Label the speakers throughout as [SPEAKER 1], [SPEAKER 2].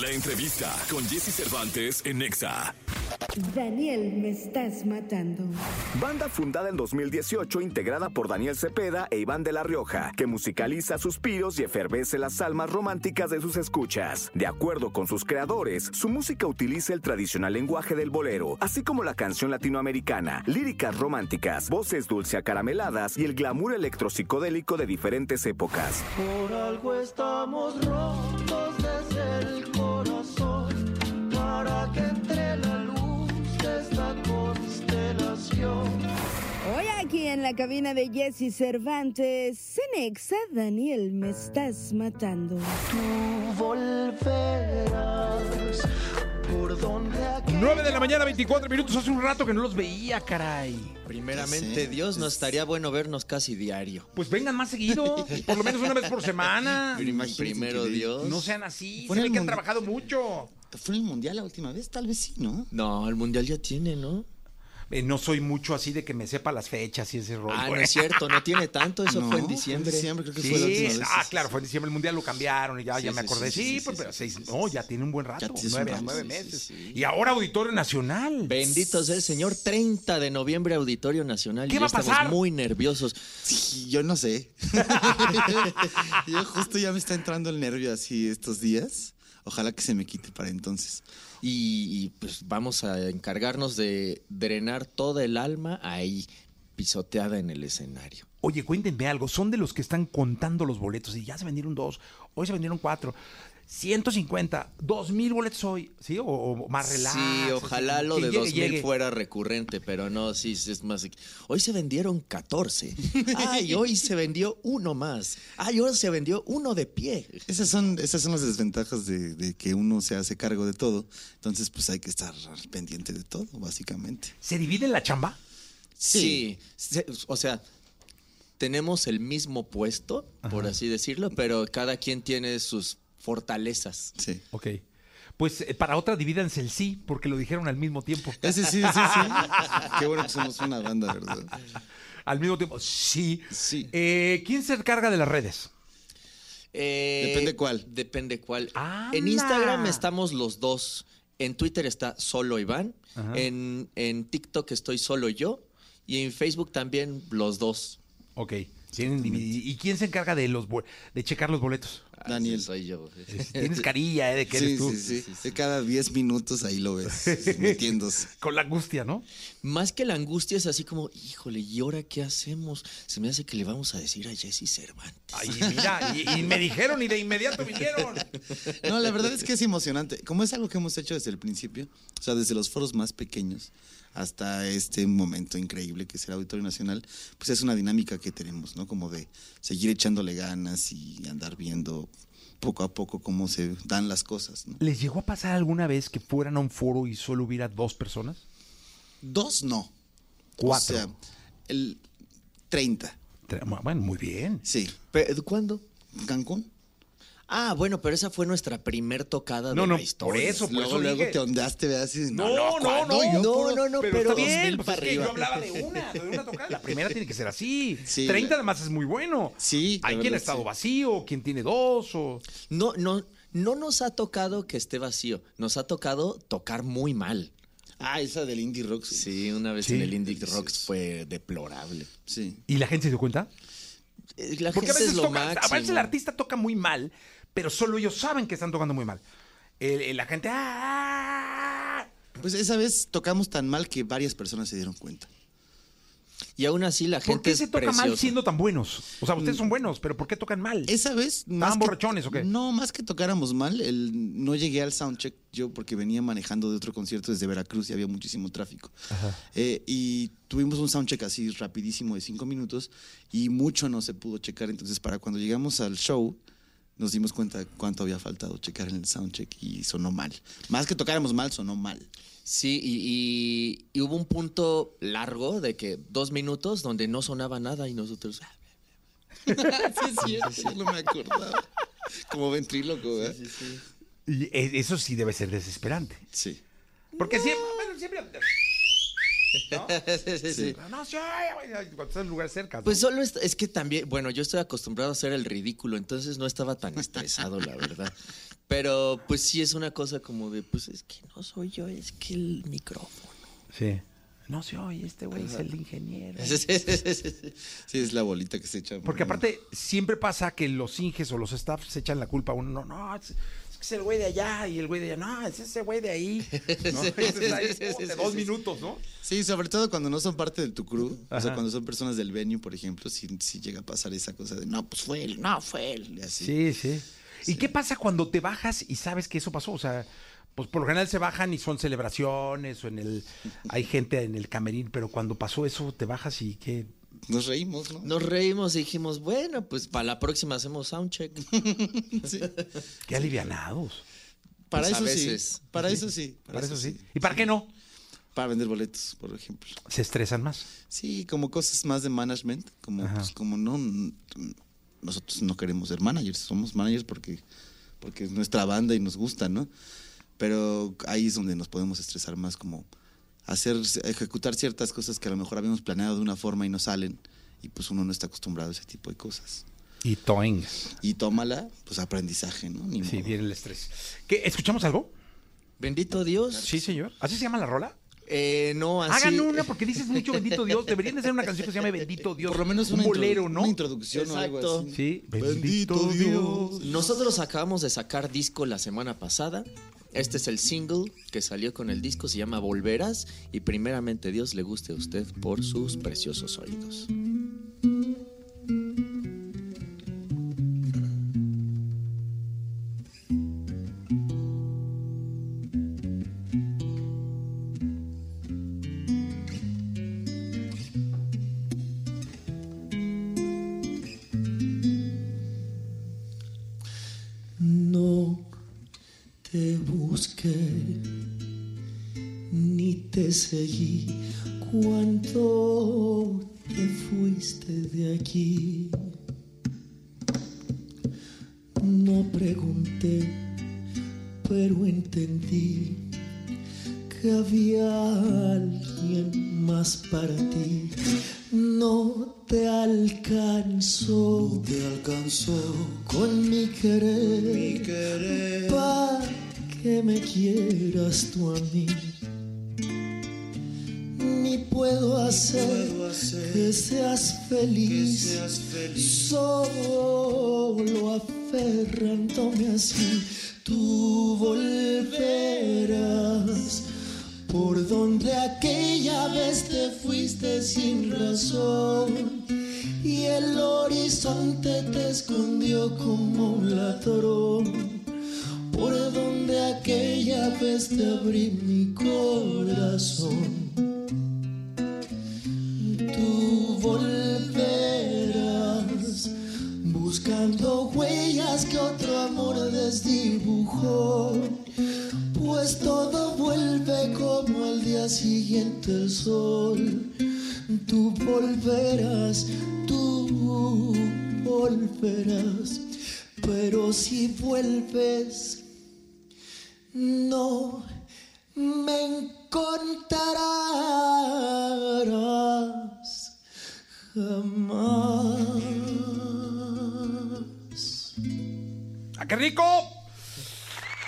[SPEAKER 1] La entrevista con Jesse Cervantes en Nexa.
[SPEAKER 2] Daniel, me estás matando.
[SPEAKER 3] Banda fundada en 2018, integrada por Daniel Cepeda e Iván de la Rioja, que musicaliza suspiros y efervece las almas románticas de sus escuchas. De acuerdo con sus creadores, su música utiliza el tradicional lenguaje del bolero, así como la canción latinoamericana, líricas románticas, voces dulce acarameladas y el glamour electropsicodélico de diferentes épocas.
[SPEAKER 4] Por algo estamos rotos desde el corazón, para que entre la luz de esta constelación.
[SPEAKER 2] Hoy aquí en la cabina de Jesse Cervantes, Cenexa, Daniel, me estás matando.
[SPEAKER 4] Tú volverás por donde aquel
[SPEAKER 5] 9 de la mañana, 24 minutos. Hace un rato que no los veía, caray.
[SPEAKER 6] Primeramente, Dios, no estaría bueno vernos casi diario.
[SPEAKER 5] Pues vengan más seguido, por lo menos una vez por semana.
[SPEAKER 6] Primero Dios.
[SPEAKER 5] No sean así, se
[SPEAKER 7] Fuera
[SPEAKER 5] ve
[SPEAKER 7] el
[SPEAKER 5] que han
[SPEAKER 7] mundo.
[SPEAKER 5] trabajado mucho.
[SPEAKER 7] ¿Fue en el mundial la última vez? Tal vez sí, ¿no?
[SPEAKER 6] No, el mundial ya tiene, ¿no?
[SPEAKER 5] Eh, no soy mucho así de que me sepa las fechas y ese rollo.
[SPEAKER 6] Ah, no
[SPEAKER 5] güey.
[SPEAKER 6] es cierto, no tiene tanto, eso
[SPEAKER 7] No,
[SPEAKER 6] fue en diciembre.
[SPEAKER 7] diciembre creo que
[SPEAKER 5] Sí,
[SPEAKER 7] fue la última vez.
[SPEAKER 5] ah, claro, fue en diciembre el mundial, lo cambiaron y ya,
[SPEAKER 6] Sí,
[SPEAKER 5] ya me
[SPEAKER 6] sí,
[SPEAKER 5] acordé. Sí,
[SPEAKER 6] sí, sí, sí,
[SPEAKER 5] pues,
[SPEAKER 6] sí,
[SPEAKER 5] pero
[SPEAKER 6] sí,
[SPEAKER 5] seis,
[SPEAKER 6] sí, sí,
[SPEAKER 5] no,
[SPEAKER 6] sí.
[SPEAKER 5] ya tiene un buen rato,
[SPEAKER 7] Ya tienes un
[SPEAKER 5] nueve,
[SPEAKER 7] rato,
[SPEAKER 5] nueve
[SPEAKER 7] sí, sí,
[SPEAKER 5] meses.
[SPEAKER 7] sí.
[SPEAKER 5] Y ahora Auditorio Nacional.
[SPEAKER 6] Bendito sea el Señor, 30 de noviembre, Auditorio Nacional.
[SPEAKER 5] ¿Qué
[SPEAKER 6] y ya
[SPEAKER 5] va a pasar?
[SPEAKER 6] Estamos muy nerviosos.
[SPEAKER 7] Sí, Yo no sé. Yo justo ya me está entrando el nervio así estos días. Ojalá que se me quite para entonces.
[SPEAKER 6] Y, y, pues vamos a encargarnos de drenar toda el alma ahí, pisoteada en el escenario.
[SPEAKER 5] Oye, cuéntenme algo. Son de los que están contando los boletos y ya se vendieron dos, hoy se vendieron cuatro, 150, dos mil boletos hoy, ¿sí? O, o más relax.
[SPEAKER 6] sí, ojalá
[SPEAKER 5] así,
[SPEAKER 6] lo
[SPEAKER 5] que
[SPEAKER 6] de
[SPEAKER 5] llegue,
[SPEAKER 6] 2000
[SPEAKER 5] llegue.
[SPEAKER 6] fuera recurrente, pero no, sí, sí, es más. Hoy se vendieron 14. Ay, hoy se vendió uno más. Ay, hoy se vendió uno de pie.
[SPEAKER 7] Esas son, esas son las desventajas de, de que uno se hace cargo de todo. Entonces, pues hay que estar pendiente de todo, básicamente.
[SPEAKER 5] ¿Se divide la chamba?
[SPEAKER 6] Sí. se- O sea, tenemos el mismo puesto, por así decirlo, pero cada quien tiene sus fortalezas.
[SPEAKER 7] Sí.
[SPEAKER 5] Ok. Pues eh, para otra divídanse el sí, porque lo dijeron al mismo tiempo.
[SPEAKER 7] Ese sí, sí, sí. Qué bueno que somos una banda, ¿verdad?
[SPEAKER 5] Al mismo tiempo, sí.
[SPEAKER 7] Sí.
[SPEAKER 5] Eh, ¿Quién se encarga de las redes?
[SPEAKER 6] Eh,
[SPEAKER 7] Depende cuál.
[SPEAKER 6] Depende cuál.
[SPEAKER 5] ¡Anda!
[SPEAKER 6] En Instagram estamos los dos. En Twitter está solo Iván.
[SPEAKER 5] Ajá.
[SPEAKER 6] En, en TikTok estoy solo yo. Y en Facebook también los dos.
[SPEAKER 5] Ok. Tienen dividido. ¿Y quién se encarga de los bol- de checar los boletos?
[SPEAKER 6] Ah,
[SPEAKER 7] Daniel.
[SPEAKER 6] sí, soy yo.
[SPEAKER 5] Tienes carilla, ¿eh? De que eres
[SPEAKER 7] Sí,
[SPEAKER 5] tú.
[SPEAKER 7] sí, sí, Cada 10 minutos ahí lo ves, metiéndose.
[SPEAKER 5] Con la angustia, ¿no?
[SPEAKER 6] Más que la angustia es así como, híjole, ¿y ahora qué hacemos? Se me hace que le vamos a decir a Jesse Cervantes.
[SPEAKER 5] Ay, mira, y, y me dijeron y de inmediato vinieron.
[SPEAKER 7] No, la verdad es que es emocionante. Como es algo que hemos hecho desde el principio, o sea, desde los foros más pequeños hasta este momento increíble que es el Auditorio Nacional, pues es una dinámica que tenemos, ¿no? Como de seguir echándole ganas y andar viendo poco a poco cómo se dan las cosas, ¿no?
[SPEAKER 5] ¿Les llegó a pasar alguna vez que fueran a un foro y solo hubiera dos personas?
[SPEAKER 7] Dos no.
[SPEAKER 5] Cuatro.
[SPEAKER 7] O sea, el 30,
[SPEAKER 5] Tre- Bueno, muy bien.
[SPEAKER 7] sí.
[SPEAKER 6] Pe- ¿Cuándo?
[SPEAKER 7] Cancún.
[SPEAKER 6] Ah, bueno, pero esa fue nuestra primer tocada
[SPEAKER 5] No,
[SPEAKER 6] de
[SPEAKER 5] no,
[SPEAKER 6] la
[SPEAKER 5] por
[SPEAKER 6] historia.
[SPEAKER 5] eso, por
[SPEAKER 7] Luego,
[SPEAKER 5] eso
[SPEAKER 7] luego
[SPEAKER 5] dije.
[SPEAKER 7] te ondeaste, ¿verdad? Así,
[SPEAKER 5] no, no,
[SPEAKER 6] Pues, no, no, no, pero
[SPEAKER 5] está bien,
[SPEAKER 6] 2000
[SPEAKER 5] pues
[SPEAKER 6] para
[SPEAKER 5] es que
[SPEAKER 6] arriba.
[SPEAKER 5] yo hablaba de una, de una tocada. La primera tiene que ser así.
[SPEAKER 7] Sí,
[SPEAKER 5] 30
[SPEAKER 7] la-
[SPEAKER 5] además es muy bueno.
[SPEAKER 7] Sí, la
[SPEAKER 5] Hay quien
[SPEAKER 7] verdad,
[SPEAKER 5] ha estado
[SPEAKER 7] sí.
[SPEAKER 5] vacío, quien tiene dos o...
[SPEAKER 6] No, no, no nos ha tocado que esté vacío. Nos ha tocado tocar muy mal.
[SPEAKER 7] Ah, esa del Indie Rock. Sí.
[SPEAKER 6] Sí, una vez
[SPEAKER 5] Sí.
[SPEAKER 6] en el Indie Rocks fue deplorable.
[SPEAKER 7] sí.
[SPEAKER 5] ¿Y la gente se dio cuenta?
[SPEAKER 6] Eh, La
[SPEAKER 5] Porque a
[SPEAKER 6] gente
[SPEAKER 5] veces,
[SPEAKER 6] es lo
[SPEAKER 5] toca, a
[SPEAKER 6] máximo.
[SPEAKER 5] veces el artista toca muy mal, pero solo ellos saben que están tocando muy mal. El- el- la gente... ¡ah!
[SPEAKER 7] Pues esa vez tocamos tan mal que varias personas se dieron cuenta.
[SPEAKER 6] Y aún así la gente
[SPEAKER 5] ¿Por qué
[SPEAKER 6] es
[SPEAKER 5] se toca mal
[SPEAKER 6] preciosa.
[SPEAKER 5] siendo tan bubuenos? O sea,
[SPEAKER 6] Mm.
[SPEAKER 5] ustedes son buenos, pero ¿por qué tocan mal?
[SPEAKER 7] Esa vez... más que-
[SPEAKER 5] borrachones o qué?
[SPEAKER 7] No, más que tocáramos mal, el, no llegué al soundcheck yo porque venía manejando de otro concierto desde Veracruz y había muchísimo tráfico. Eh, y tuvimos un soundcheck así rapidísimo de cinco minutos y mucho no se pudo checar. Entonces para cuando llegamos al show nos dimos cuenta cuánto había faltado checar en el soundcheck y sonó mal. Más que tocáramos mal, sonó mal.
[SPEAKER 6] Sí, y, y- y hubo un punto largo de que dos minutos donde no sonaba nada y nosotros. ah,
[SPEAKER 7] Sí, no me acordaba. Como ventríloco, ¿verdad? pues Sí.
[SPEAKER 5] Y e- eso sí debe ser desesperante. Porque siempre, bueno, siempre-
[SPEAKER 6] Sí, sí, sí.
[SPEAKER 5] No, no, sí, güey, cuando estás en un lugar cerca.
[SPEAKER 6] Pues solo es, es que también, bueno, yo estoy acostumbrado a hacer el ridículo, entonces no estaba tan estresado, la verdad. Pero pues sí es una cosa como de, pues es que no soy yo, es que el micrófono.
[SPEAKER 5] Sí. No se oye, este güey es el ingeniero.
[SPEAKER 6] Sí, sí, sí, sí.
[SPEAKER 7] Sí, es la bolita que se echa.
[SPEAKER 6] Mm.
[SPEAKER 5] Porque aparte, siempre pasa que los inges o los staffs se echan la culpa a uno. No, no, es, es que es el güey de allá. Y el güey de allá, no, es ese güey de ahí. ¿no?
[SPEAKER 6] Sí, sí,
[SPEAKER 5] Entonces, ahí,
[SPEAKER 6] sí, sí,
[SPEAKER 5] ponte
[SPEAKER 6] sí,
[SPEAKER 5] dos
[SPEAKER 6] sí.
[SPEAKER 5] minutos, ¿no?
[SPEAKER 7] Sí, sobre todo cuando no son parte de tu crew, o
[SPEAKER 5] Ajá.
[SPEAKER 7] sea, cuando son personas del venue, por ejemplo, si, llega a pasar esa cosa de no, pues fue él, no, fue él, y así.
[SPEAKER 5] Sí, sí. ¿Y qué pasa cuando te bajas y sabes que eso pasó? O sea, pues por lo general se bajan y son celebraciones o en el hay gente en el camerín, pero cuando pasó eso te bajas y qué
[SPEAKER 7] Nos reímos, ¿no?
[SPEAKER 6] Nos reímos y dijimos, bueno, pues para la próxima hacemos soundcheck.
[SPEAKER 7] Pues Sí.
[SPEAKER 5] qué alivianados.
[SPEAKER 7] Para
[SPEAKER 6] Pues a
[SPEAKER 7] eso
[SPEAKER 6] veces.
[SPEAKER 7] sí. Para eso sí.
[SPEAKER 5] Para eso sí. ¿Y para qué no?
[SPEAKER 7] Para vender boletos, por ejemplo.
[SPEAKER 5] Se estresan más.
[SPEAKER 7] Sí, como cosas más de management, como,
[SPEAKER 5] Ajá.
[SPEAKER 7] pues, como no, n- nosotros no queremos ser managers, somos managers porque, porque es nuestra banda y nos gusta, ¿no? Pero ahí es donde nos podemos estresar más, como hacer, ejecutar ciertas cosas que a lo mejor habíamos planeado de una forma y no salen, y pues uno no está acostumbrado a ese tipo de cosas.
[SPEAKER 5] Y toing.
[SPEAKER 7] Y tómala, pues aprendizaje, ¿no? Ni
[SPEAKER 5] Sí,
[SPEAKER 7] modo.
[SPEAKER 5] viene el estrés. ¿Qué, ¿Escuchamos algo?
[SPEAKER 6] Bendito Dios.
[SPEAKER 5] Sí, señor. ¿Así se llama la rola?
[SPEAKER 6] Eh, no,
[SPEAKER 7] Ah,
[SPEAKER 6] así.
[SPEAKER 5] Hagan una porque dices mucho bendito Dios. Deberían de hacer una canción que se llame Bendito Dios.
[SPEAKER 7] Por lo menos
[SPEAKER 5] un
[SPEAKER 7] una
[SPEAKER 5] bolero,
[SPEAKER 7] introdu-
[SPEAKER 5] ¿no?
[SPEAKER 7] Una introducción o
[SPEAKER 6] Exacto.
[SPEAKER 7] algo así.
[SPEAKER 5] Sí.
[SPEAKER 7] Bendito Dios.
[SPEAKER 6] Nosotros acabamos de sacar disco la semana pasada. Este es el single que salió con el disco, se llama Volverás y primeramente Dios le guste a usted por sus preciosos oídos.
[SPEAKER 4] No te busqué ni te seguí cuando te fuiste de aquí. No pregunté, pero entendí que había alguien más para ti. No te alcanzó, te alcanzó con mi querer, para que me quieras tú a mí. Ni puedo hacer, que, seas feliz, solo aferrándome así. Tú volverás por donde aquella vez te fuiste sin razón y el horizonte te escondió como un ladrón. Por donde aquella vez te abrí mi corazón tú volverás buscando huellas que otro amor desdibujó. Pues todo vuelve como al día siguiente el sol. Tú volverás, tú volverás. Pero si vuelves, no me encontrarás jamás.
[SPEAKER 5] ¡Ah, qué rico!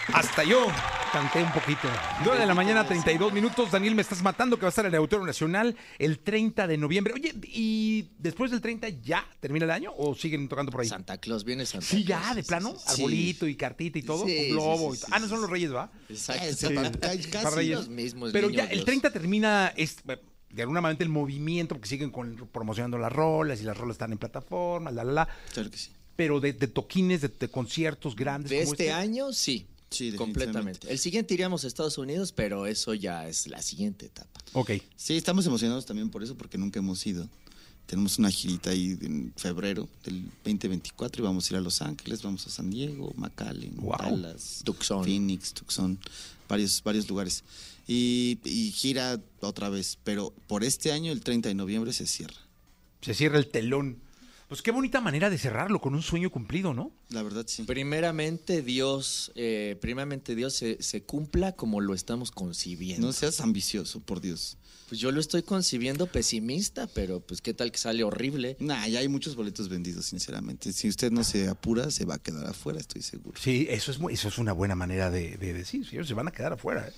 [SPEAKER 5] Hasta yo canté un poquito. 9 de la mañana, 32 minutos. Daniel, me estás matando que va a estar en el Auditorio Nacional el 30 de noviembre. Oye, ¿y después del 30 ya termina el año o siguen tocando por ahí?
[SPEAKER 6] Santa Claus viene Santa
[SPEAKER 5] Sí,
[SPEAKER 6] Claus.
[SPEAKER 5] ya, de plano.
[SPEAKER 6] sí, sí.
[SPEAKER 5] Arbolito y cartita y todo.
[SPEAKER 6] Sí,
[SPEAKER 5] un
[SPEAKER 6] sí,
[SPEAKER 5] globo. y
[SPEAKER 6] sí, sí,
[SPEAKER 5] to- ah, no
[SPEAKER 6] sí,
[SPEAKER 5] son los Reyes, ¿va?
[SPEAKER 6] Exacto.
[SPEAKER 7] Sí. Para- casi
[SPEAKER 5] Para Reyes.
[SPEAKER 6] los mismos
[SPEAKER 5] Pero
[SPEAKER 6] niños,
[SPEAKER 5] ya el
[SPEAKER 6] los-
[SPEAKER 5] 30 termina es- de alguna manera el movimiento porque siguen con, promocionando las rolas y las rolas están en plataformas, la, la, la.
[SPEAKER 7] Claro que sí.
[SPEAKER 5] Pero de, de toquines, de, de conciertos grandes.
[SPEAKER 6] De
[SPEAKER 5] como
[SPEAKER 6] este año, sí.
[SPEAKER 7] Sí, definitivamente.
[SPEAKER 6] completamente. El siguiente iríamos a Estados Unidos, pero eso ya es la siguiente etapa.
[SPEAKER 5] Ok.
[SPEAKER 7] Sí, estamos emocionados también por eso, porque nunca hemos ido. Tenemos una girita ahí en febrero del 2024 y vamos a ir a Los Ángeles, vamos a San Diego, McAllen,
[SPEAKER 5] Guau.
[SPEAKER 7] Dallas,
[SPEAKER 6] Tucson.
[SPEAKER 7] Phoenix, Tucson, varios, varios lugares. Y, y gira otra vez, pero por este año, el 30 de noviembre, se cierra.
[SPEAKER 5] Se cierra el telón. Pues qué bonita manera de cerrarlo con un sueño cumplido, ¿no?
[SPEAKER 7] La verdad, sí.
[SPEAKER 6] Primeramente Dios, eh, primeramente Dios se, se cumpla como lo estamos concibiendo.
[SPEAKER 7] No seas ambicioso, por Dios.
[SPEAKER 6] Pues yo lo estoy concibiendo pesimista, pero pues qué tal que sale horrible.
[SPEAKER 7] Nah, ya hay muchos boletos vendidos, sinceramente. Si usted no se apura, se va a quedar afuera, estoy seguro.
[SPEAKER 5] Sí, eso es, muy- eso es una buena manera de, de decir. Señores, se van a quedar afuera. ¿eh?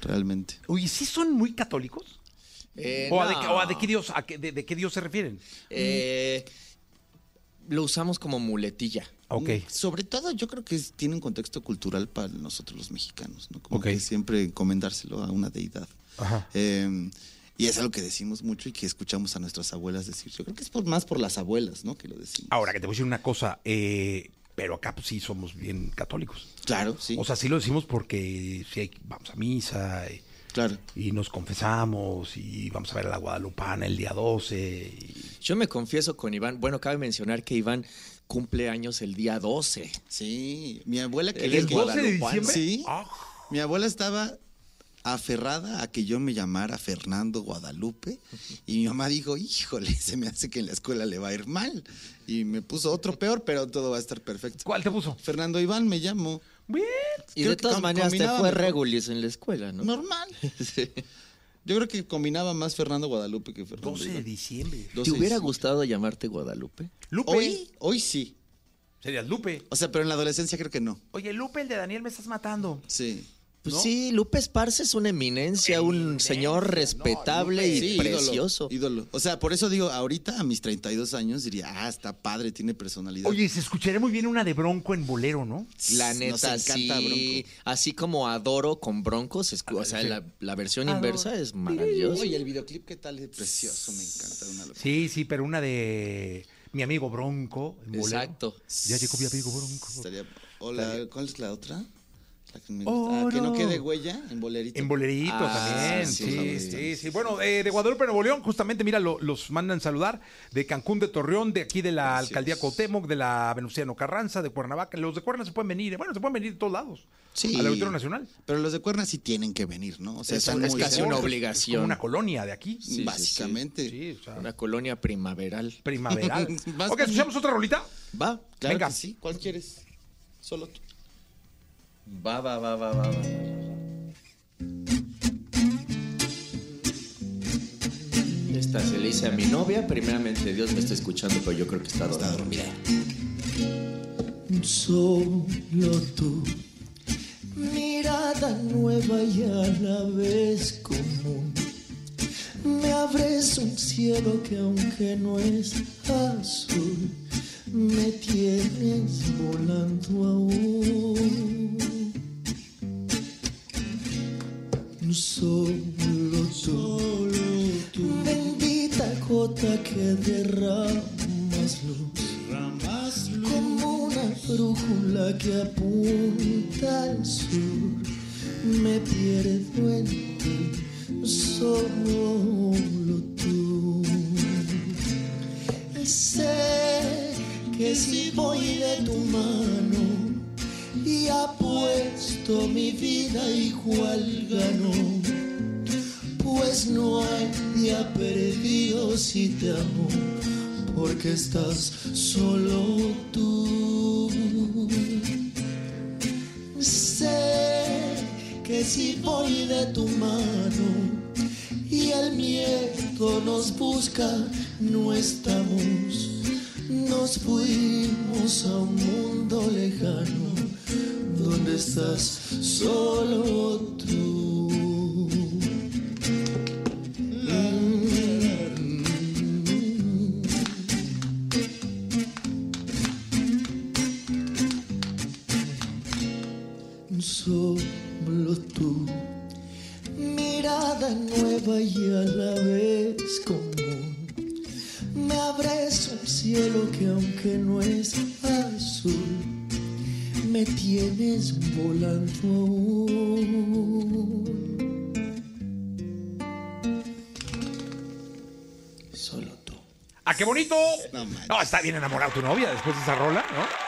[SPEAKER 7] Realmente.
[SPEAKER 5] Oye, ¿sí son muy católicos?
[SPEAKER 6] Eh,
[SPEAKER 5] ¿O, a de,
[SPEAKER 6] no.
[SPEAKER 5] o a de qué Dios, a qué- de- de qué Dios se refieren?
[SPEAKER 6] Eh, lo usamos como muletilla.
[SPEAKER 5] Ok.
[SPEAKER 7] Sobre todo, yo creo que es- tiene un contexto cultural para nosotros los mexicanos, ¿no? Como
[SPEAKER 5] Ok.
[SPEAKER 7] que siempre encomendárselo a una deidad.
[SPEAKER 5] Ajá.
[SPEAKER 7] Eh, y es algo que decimos mucho y que escuchamos a nuestras abuelas decir. Yo creo que es por, más por las abuelas, ¿no? Que lo decimos.
[SPEAKER 5] Ahora, que te voy a decir una cosa, eh, pero acá pues, sí somos bien católicos.
[SPEAKER 7] Claro, sí.
[SPEAKER 5] O sea, sí lo decimos porque sí hay- vamos a misa y,
[SPEAKER 7] claro.
[SPEAKER 5] y nos confesamos y vamos a ver a la Guadalupana el día 12. y-
[SPEAKER 6] Yo me confieso con Iván. Bueno, cabe mencionar que Iván cumple años el día 12.
[SPEAKER 7] Sí. Mi abuela que
[SPEAKER 6] ¿El
[SPEAKER 7] es
[SPEAKER 6] 12 de
[SPEAKER 7] guadalupana.
[SPEAKER 5] diciembre?
[SPEAKER 7] Sí.
[SPEAKER 5] Ah.
[SPEAKER 7] Mi abuela estaba aferrada a que yo me llamara Fernando Guadalupe y mi mamá dijo, híjole, se me hace que en la escuela le va a ir mal y me puso otro peor, pero todo va a estar perfecto.
[SPEAKER 5] ¿Cuál te puso?
[SPEAKER 7] Fernando Iván me llamo.
[SPEAKER 5] Bien.
[SPEAKER 6] Y
[SPEAKER 7] Creo
[SPEAKER 6] de
[SPEAKER 7] que
[SPEAKER 6] todas
[SPEAKER 7] com-
[SPEAKER 6] maneras te
[SPEAKER 7] combinaba
[SPEAKER 6] fue
[SPEAKER 7] mejor.
[SPEAKER 6] regulis en la escuela, ¿no?
[SPEAKER 7] Normal. Yo creo que combinaba más Fernando Guadalupe que Fernando
[SPEAKER 5] 12 de
[SPEAKER 7] Iván.
[SPEAKER 5] diciembre.
[SPEAKER 7] 12
[SPEAKER 6] ¿Te hubiera
[SPEAKER 7] sí.
[SPEAKER 6] gustado llamarte Guadalupe?
[SPEAKER 5] Lupe.
[SPEAKER 7] Hoy, hoy sí.
[SPEAKER 5] Serías Lupe.
[SPEAKER 7] O sea, pero en la adolescencia creo que no.
[SPEAKER 5] Oye, Lupe, el de Daniel me estás matando.
[SPEAKER 7] Sí.
[SPEAKER 6] Pues
[SPEAKER 5] ¿No?
[SPEAKER 6] sí, Lupe Esparce es una eminencia, un señor respetable y
[SPEAKER 7] Sí, ídolo,
[SPEAKER 6] precioso.
[SPEAKER 7] Ídolo, O sea, por eso digo, ahorita a mis 32 años diría, ah, está padre, tiene personalidad.
[SPEAKER 5] Oye, se escucharía muy bien una de Bronco en bolero, ¿no?
[SPEAKER 6] La
[SPEAKER 7] Nos
[SPEAKER 6] neta,
[SPEAKER 7] encanta
[SPEAKER 6] sí. Así como adoro con broncos, es- o sea, la, la versión inversa es maravillosa.
[SPEAKER 7] Oye, el videoclip, ¿qué tal? Es precioso, me encanta. Una locura.
[SPEAKER 5] Sí, sí, pero una de mi amigo Bronco en bolero.
[SPEAKER 6] Exacto.
[SPEAKER 5] Ya llegó mi amigo Bronco.
[SPEAKER 7] Estaría- hola, ¿cuál es la otra? La que me
[SPEAKER 5] Oro.
[SPEAKER 7] gusta. Ah, que no quede huella en bolerito.
[SPEAKER 5] En bolerito
[SPEAKER 6] Ah,
[SPEAKER 5] también,
[SPEAKER 7] sí,
[SPEAKER 5] sí, sí,
[SPEAKER 7] sí,
[SPEAKER 5] sí.
[SPEAKER 7] sí,
[SPEAKER 5] Bueno, eh, de Guadalupe, Nuevo León, justamente, mira, lo- los mandan saludar de Cancún, de Torreón, de aquí de la
[SPEAKER 7] Gracias.
[SPEAKER 5] Alcaldía Cuauhtémoc, de la Venustiano Carranza, de Cuernavaca. Los de Cuerna se pueden venir, eh, bueno, se pueden venir de todos lados.
[SPEAKER 7] Sí.
[SPEAKER 5] Al Auditorio Nacional.
[SPEAKER 7] Pero los de Cuerna sí tienen que venir, ¿no? O sea,
[SPEAKER 6] Es
[SPEAKER 7] están
[SPEAKER 6] un- es
[SPEAKER 7] muy
[SPEAKER 6] casi
[SPEAKER 7] cerca.
[SPEAKER 6] una
[SPEAKER 5] Porque es- Es
[SPEAKER 6] obligación.
[SPEAKER 5] como una colonia de aquí.
[SPEAKER 7] Sí, Básicamente.
[SPEAKER 5] Sí, o sea,
[SPEAKER 6] Una colonia primaveral.
[SPEAKER 5] primaveral.
[SPEAKER 7] Más
[SPEAKER 5] ok,
[SPEAKER 7] con-
[SPEAKER 5] ¿escuchamos otra rolita?
[SPEAKER 6] Va,
[SPEAKER 7] Claro
[SPEAKER 5] Venga.
[SPEAKER 7] que sí. ¿Cuál quieres? Solo tú.
[SPEAKER 6] va, va, va, va, va. va. Esta se le hice a mi novia. Primeramente, Dios me está escuchando, pero yo creo que está dormida.
[SPEAKER 4] Solo tú, mirada nueva y a la vez común. Me abres un cielo que aunque no es azul, me tienes volando aún. Solo tú, bendita gota que derramas luz como una brújula que apunta al sur. Me pierdo en ti, solo tú. Y sé que si voy de tu mano y apuesto mi vida igual ganó. Pues no hay día perdido si te amo, porque estás solo tú. Sé que si voy de tu mano y el miedo nos busca, no estamos. Nos fuimos a un mundo lejano donde estás solo tú. solo tú. Mirada nueva y a la vez común. Me abres un cielo que aunque no es azul, me tienes volando aún. Solo tú.
[SPEAKER 5] ¡Ah, qué bonito!
[SPEAKER 7] No manches.
[SPEAKER 5] ¡Ah, No, está bien enamorado tu novia después de esa rola, ¿no?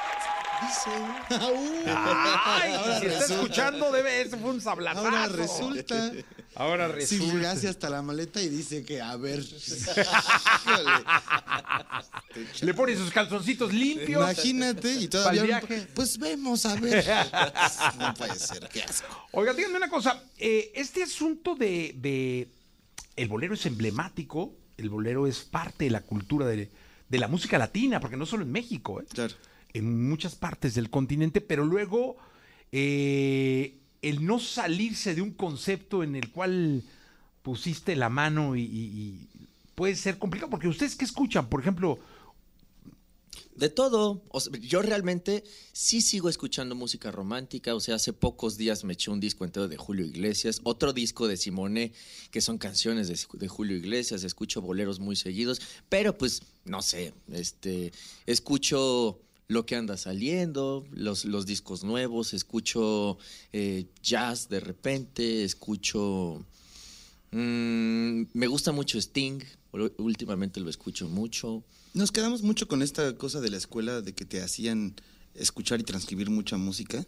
[SPEAKER 6] Dice.
[SPEAKER 5] Ay,
[SPEAKER 7] Ahora
[SPEAKER 5] si está
[SPEAKER 7] resulta.
[SPEAKER 5] escuchando, debe, eso fue un sablazazo.
[SPEAKER 7] Ahora resulta.
[SPEAKER 5] Ahora
[SPEAKER 7] Si
[SPEAKER 5] resulta.
[SPEAKER 7] llegase hasta la maleta y dice que, a ver. Híjole.
[SPEAKER 5] Le pone sus calzoncitos limpios.
[SPEAKER 7] Imagínate
[SPEAKER 5] Pa'l
[SPEAKER 7] y todavía.
[SPEAKER 5] viaje.
[SPEAKER 7] Pues vemos, a ver. No puede ser, qué asco.
[SPEAKER 5] Oiga, díganme una cosa. eh, este asunto de, de- El bolero es emblemático. El bolero es parte de la cultura de, de la música latina, porque no solo en México, ¿eh?
[SPEAKER 7] Claro.
[SPEAKER 5] en muchas partes del continente, pero luego eh, el no salirse de un concepto en el cual pusiste la mano y, y- y puede ser complicado, porque ustedes qué escuchan, por ejemplo,
[SPEAKER 6] De todo. O sea, yo realmente sí sigo escuchando música romántica. O sea, hace pocos días me eché un disco entero de Julio Iglesias, otro disco de Simone, que son canciones de, de Julio Iglesias. Escucho boleros muy seguidos, pero pues no sé. Este, escucho lo que anda saliendo, los, los discos nuevos, escucho eh, jazz de repente, escucho. mm, me gusta mucho Sting. Últimamente lo escucho mucho.
[SPEAKER 7] Nos quedamos mucho con esta cosa de la escuela de que te hacían escuchar y transcribir mucha música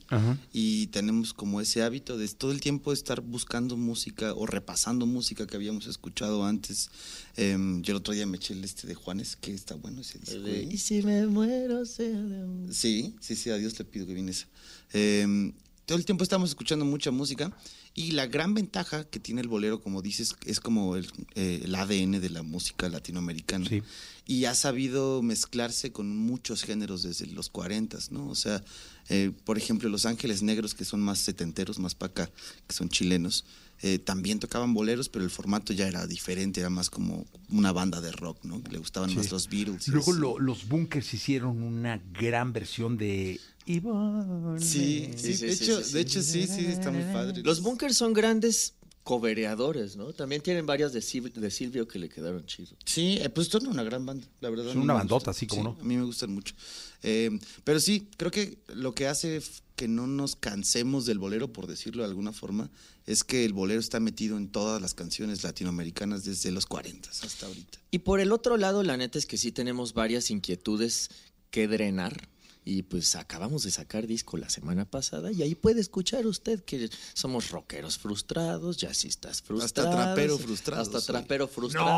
[SPEAKER 7] y tenemos como ese hábito de todo el tiempo estar buscando música o repasando música que habíamos escuchado antes. Em, yo el otro día me eché el este de Juanes, que está bueno ese disco. ¿eh?
[SPEAKER 6] Y si me muero, sea de amor.
[SPEAKER 7] Sí, sí, sí, a Dios le pido que viene esa. Eh, todo el tiempo estamos escuchando mucha música y la gran ventaja que tiene el bolero, como dices, es como el, eh, el ADN de la música latinoamericana.
[SPEAKER 5] Sí.
[SPEAKER 7] Y ha sabido mezclarse con muchos géneros desde los 40, ¿no? O sea, eh, por ejemplo, Los Ángeles Negros, que son más setenteros, más para acá, que son chilenos, eh, también tocaban boleros, pero el formato ya era diferente, era más como una banda de rock, ¿no? Le gustaban más los Beatles. y
[SPEAKER 5] luego
[SPEAKER 7] así.
[SPEAKER 5] lo- los bunkers hicieron una gran versión de... Ivonne.
[SPEAKER 7] Sí,
[SPEAKER 6] Sí,
[SPEAKER 7] sí,
[SPEAKER 6] sí,
[SPEAKER 7] de,
[SPEAKER 6] sí,
[SPEAKER 7] hecho,
[SPEAKER 6] sí,
[SPEAKER 7] de
[SPEAKER 6] sí.
[SPEAKER 7] hecho sí, sí, está muy padre.
[SPEAKER 6] Los bunkers son grandes cobereadores, ¿no? También tienen varias de, Sil- de Silvio que le quedaron chido.
[SPEAKER 7] Sí, eh, pues son una gran banda, la verdad. a
[SPEAKER 5] Son
[SPEAKER 7] mí
[SPEAKER 5] una
[SPEAKER 7] me
[SPEAKER 5] bandota,
[SPEAKER 7] gustan.
[SPEAKER 5] sí, cómo no.
[SPEAKER 7] A mí me gustan mucho. Eh, pero sí, creo que lo que hace f- que no nos cansemos del bolero, por decirlo de alguna forma, es que el bolero está metido en todas las canciones latinoamericanas desde los 40 hasta ahorita.
[SPEAKER 6] Y por el otro lado, la neta es que sí tenemos varias inquietudes que drenar. Y pues acabamos de sacar disco la semana pasada y ahí puede escuchar usted que somos rockeros frustrados, jazzistas frustrados.
[SPEAKER 7] trapero frustrado
[SPEAKER 6] Hasta
[SPEAKER 7] soy.
[SPEAKER 6] trapero frustrado.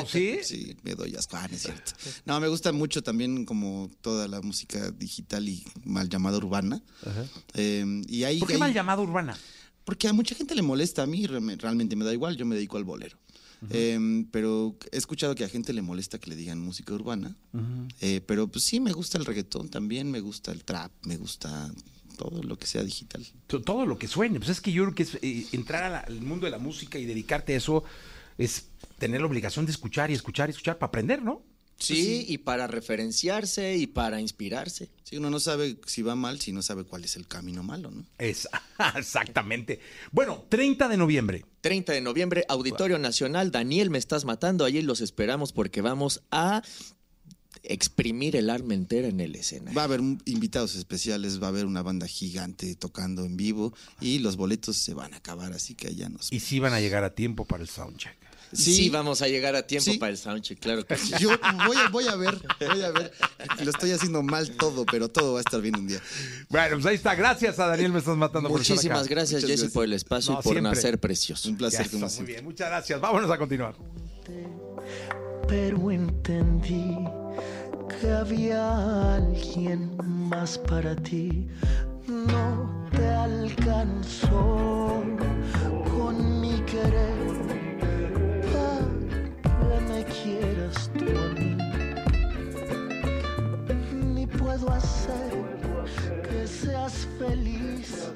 [SPEAKER 5] No, ¿sí?
[SPEAKER 7] Sí, me doy asco, ah, no es cierto. No, me gusta mucho también como toda la música digital y mal llamada urbana. Eh, y ahí,
[SPEAKER 5] ¿Por qué
[SPEAKER 7] ahí-
[SPEAKER 5] mal llamado urbana?
[SPEAKER 7] Porque a mucha gente le molesta, a mí re- me- realmente me da igual, yo me dedico al bolero. Em, pero he escuchado que a gente le molesta que le digan música urbana. Eh, pero pues sí, me gusta el reggaetón también, me gusta el trap, me gusta todo lo que sea digital.
[SPEAKER 5] To- todo lo que suene. Pues es que yo creo que es, eh, entrar a la- al mundo de la música y dedicarte a eso es tener la obligación de escuchar y escuchar y escuchar para aprender, ¿no?
[SPEAKER 6] Sí, y para referenciarse y para inspirarse.
[SPEAKER 7] Sí, uno no sabe si va mal, si no sabe cuál es el camino malo, ¿no?
[SPEAKER 5] Es, exactamente. Bueno, 30 de noviembre.
[SPEAKER 6] 30 de noviembre, Auditorio Nacional. Daniel, me estás matando. Allí los esperamos porque vamos a exprimir el arma entera en el escenario.
[SPEAKER 7] Va a haber un- invitados especiales, va a haber una banda gigante tocando en vivo y los boletos se van a acabar, así que allá nos...
[SPEAKER 5] Y si van a llegar a tiempo para el soundcheck.
[SPEAKER 6] Sí, vamos a llegar a tiempo
[SPEAKER 7] Sí.
[SPEAKER 6] para el soundcheck, claro que sí.
[SPEAKER 7] Yo voy a, voy a ver, voy a ver. Lo estoy haciendo mal todo, pero todo va a estar bien un día.
[SPEAKER 5] Bueno, pues ahí está. Gracias a Daniel, me estás matando por estar acá.
[SPEAKER 6] Muchísimas gracias,
[SPEAKER 7] Muchas
[SPEAKER 6] Jesse,
[SPEAKER 7] gracias.
[SPEAKER 6] por el espacio
[SPEAKER 5] No,
[SPEAKER 6] y por
[SPEAKER 5] siempre.
[SPEAKER 6] nacer precioso.
[SPEAKER 7] Un placer,
[SPEAKER 5] Ya está,
[SPEAKER 7] como
[SPEAKER 5] muy
[SPEAKER 7] siempre.
[SPEAKER 5] bien, muchas gracias. Vámonos a continuar.
[SPEAKER 4] pero entendí que había alguien más para ti. No te alcanzó con mi querer para que me quieras tú a mí. Ni puedo hacer que seas feliz